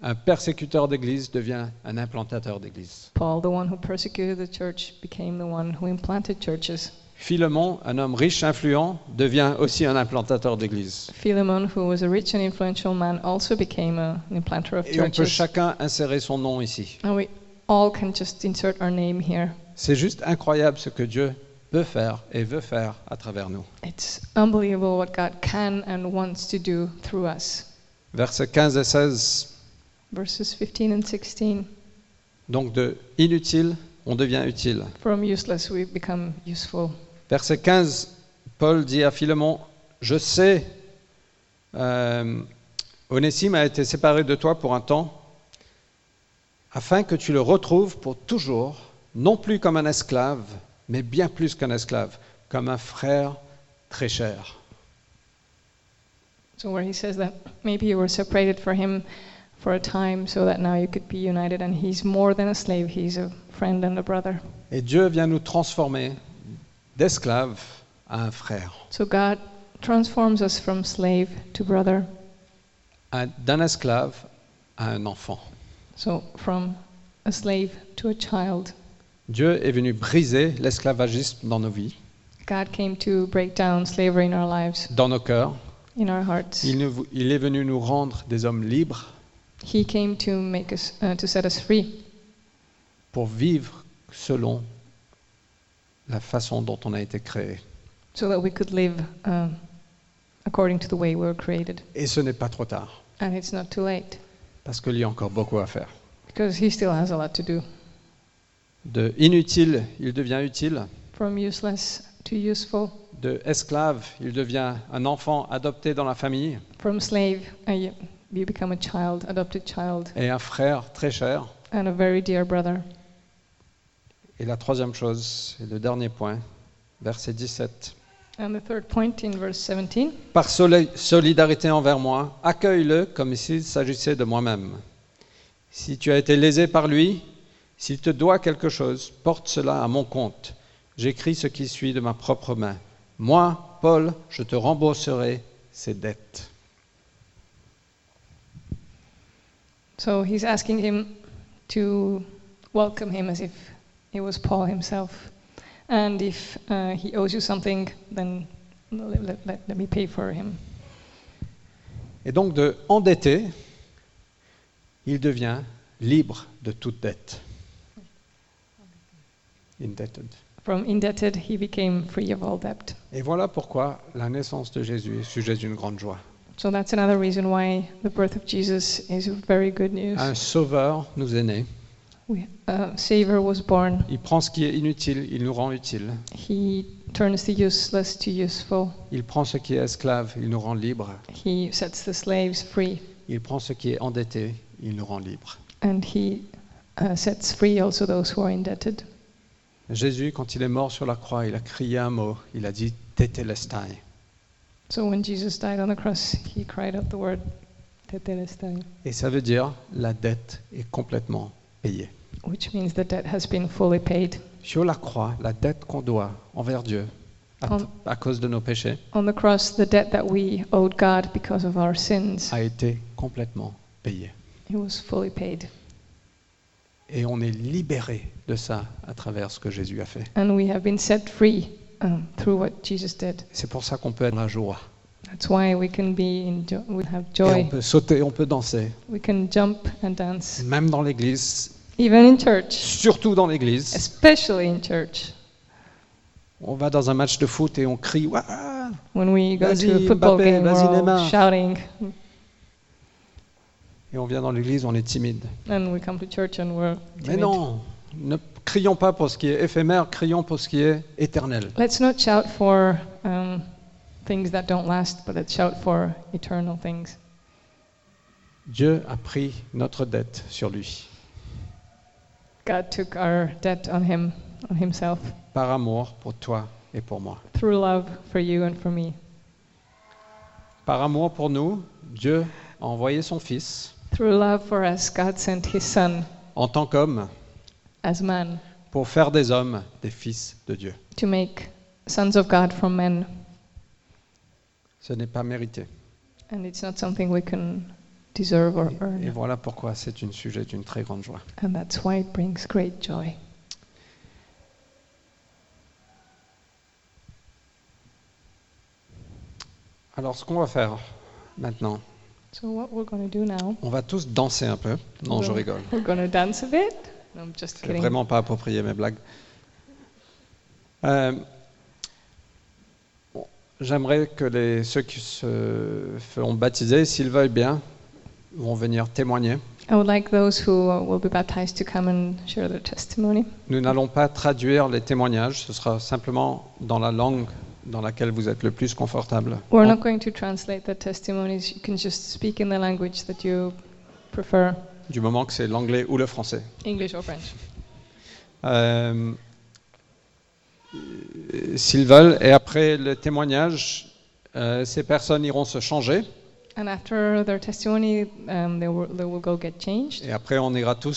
Speaker 1: un persécuteur d'église, devient un implantateur d'église.
Speaker 2: Paul, the one who persecuted the church, became the one who implanted churches.
Speaker 1: Philemon, un homme riche, influent, devient aussi un implantateur d'église.
Speaker 2: Philemon, who was a rich and influential man, also became a, an implanter of
Speaker 1: Et on peut
Speaker 2: churches.
Speaker 1: chacun insérer son nom ici.
Speaker 2: And we all can just insert our name here.
Speaker 1: C'est juste incroyable ce que Dieu peut faire et veut faire à travers nous.
Speaker 2: It's unbelievable what God can and wants to do through us.
Speaker 1: Versets 15 et 16.
Speaker 2: Verses 15 and 16.
Speaker 1: Donc de inutile, on devient utile.
Speaker 2: From useless, we become useful.
Speaker 1: Verset 15, Paul dit à Philemon, je sais, euh, Onésime a été séparé de toi pour un temps, afin que tu le retrouves pour toujours, non plus comme un esclave, mais bien plus qu'un esclave, comme un frère très cher.
Speaker 2: So where he says that maybe you were separated for him for a time so that now you could be united and he's more than a slave, he's a friend and a brother.
Speaker 1: Et Dieu vient nous transformer d'esclave à un frère,
Speaker 2: So God transforms us from slave to brother.
Speaker 1: à- d'un esclave à un enfant.
Speaker 2: So from a slave to a child.
Speaker 1: Dieu est venu briser l'esclavagisme dans nos vies,
Speaker 2: God came to break down slavery in our lives,
Speaker 1: dans nos cœurs.
Speaker 2: in our hearts.
Speaker 1: Il, nous- il est venu nous rendre des hommes libres
Speaker 2: He came to make us uh, to set us free
Speaker 1: pour vivre selon la façon dont on a été créé.
Speaker 2: so that we could live um, according to the way we were created.
Speaker 1: Et ce n'est pas trop tard,
Speaker 2: And it's not too late
Speaker 1: parce qu'il y a encore beaucoup à faire.
Speaker 2: because he still has a lot to do.
Speaker 1: De inutile, il devient utile.
Speaker 2: From useless to useful,
Speaker 1: De esclave, il devient un enfant adopté dans la famille
Speaker 2: from slave uh, you, you become a child, adopted child,
Speaker 1: et un frère très cher.
Speaker 2: and a very dear brother.
Speaker 1: Et la troisième chose, et le dernier point, verset 17.
Speaker 2: And the third point in verse 17
Speaker 1: Par soli- solidarité envers moi, accueille-le comme s'il s'agissait de moi-même. Si tu as été lésé par lui, s'il te doit quelque chose, porte cela à mon compte. J'écris ce qui suit de ma propre main. Moi, Paul, je te rembourserai ses dettes.
Speaker 2: So he's asking him to welcome him as if it was Paul himself. And if uh, he owes you something, then let, let- let- let me pay for him.
Speaker 1: Et donc de endetté, il devient libre de toute dette. Indebted.
Speaker 2: From indebted, he became free of all debt.
Speaker 1: Et voilà pourquoi la naissance de Jésus est sujet d'une grande joie.
Speaker 2: So that's another reason why the birth of Jesus is very good news.
Speaker 1: Un sauveur nous est né.
Speaker 2: We, uh, Savior was born.
Speaker 1: Il prend ce qui est inutile, il nous rend utile.
Speaker 2: He turns the useless to useful.
Speaker 1: Il prend ce qui est esclave, il nous rend libre.
Speaker 2: He sets the slaves free,
Speaker 1: Il prend ce qui est endetté, il nous rend libre.
Speaker 2: and he uh, sets free also those who are indebted.
Speaker 1: Jésus, quand il est mort sur la croix, il a crié un mot. Il a dit Tetelestai.
Speaker 2: So when Jesus died on the cross, he cried out the word "tetelestai,"
Speaker 1: Et ça veut dire la dette est complètement payée.
Speaker 2: which means the debt has been fully paid.
Speaker 1: Sur la croix, la dette qu'on doit envers Dieu à,
Speaker 2: En-
Speaker 1: à cause de nos péchés
Speaker 2: On the cross, the debt that we owed God because of our sins,
Speaker 1: a été complètement payée.
Speaker 2: it was fully paid,
Speaker 1: Et on est libéré de ça à travers ce que Jésus a fait.
Speaker 2: and we have been set free um, through what Jesus did.
Speaker 1: C'est pour ça qu'on peut être dans la joie.
Speaker 2: That's why we can be in jo- we have
Speaker 1: Et on
Speaker 2: joy.
Speaker 1: peut sauter, on peut danser.
Speaker 2: We can jump and dance,
Speaker 1: Même dans l'église,
Speaker 2: even in church,
Speaker 1: surtout dans l'église.
Speaker 2: especially in church.
Speaker 1: On va dans un match de foot et on crie Ouah
Speaker 2: When we go to
Speaker 1: Vas-y,
Speaker 2: a football
Speaker 1: Mbappé,
Speaker 2: game, we're
Speaker 1: vas-y,
Speaker 2: all
Speaker 1: Neymar.
Speaker 2: shouting,
Speaker 1: et on vient dans l'église, on est timide.
Speaker 2: and we come to church and we're
Speaker 1: Mais
Speaker 2: timid.
Speaker 1: non, ne crions pas pour ce qui est éphémère, crions pour ce qui est éternel.
Speaker 2: Let's not shout for um, things that don't last, but let's shout for eternal things.
Speaker 1: Dieu a pris notre dette sur lui
Speaker 2: God took our debt on him, on himself,
Speaker 1: par amour pour toi et pour moi.
Speaker 2: through love for you and for me.
Speaker 1: Par amour pour nous, Dieu a envoyé son Fils
Speaker 2: Through love for us, God sent his son
Speaker 1: en tant qu'homme
Speaker 2: as man
Speaker 1: pour faire des hommes des fils de Dieu.
Speaker 2: to make sons of God from men.
Speaker 1: Ce n'est pas mérité.
Speaker 2: And it's not something we can deserve or
Speaker 1: Et
Speaker 2: earn.
Speaker 1: voilà pourquoi c'est un sujet d'une très grande joie.
Speaker 2: And that's why it brings great joy.
Speaker 1: Alors ce qu'on va faire maintenant,
Speaker 2: So, what we're going to do now,
Speaker 1: on va tous danser un peu. Non, je
Speaker 2: Ouais.
Speaker 1: rigole.
Speaker 2: we're going to dance a bit. No, I'm just
Speaker 1: C'est
Speaker 2: kidding.
Speaker 1: vraiment pas approprié mes blagues. Euh, bon, J'aimerais que les, ceux qui se feront baptiser, s'ils veulent bien, vont venir témoigner.
Speaker 2: I would like those who uh, will be baptized to come and share their testimony.
Speaker 1: Nous n'allons pas traduire les témoignages, ce sera simplement dans la langue dans laquelle vous êtes le plus confortable.
Speaker 2: We're not going to translate the testimonies. You can just speak in the language that you prefer.
Speaker 1: du moment que c'est l'anglais ou le français.
Speaker 2: English or French.
Speaker 1: Euh, S'ils veulent, et après le témoignage, euh, ces personnes iront se changer,
Speaker 2: And after their testimony, um, they, will, they will go get changed.
Speaker 1: et après on ira tous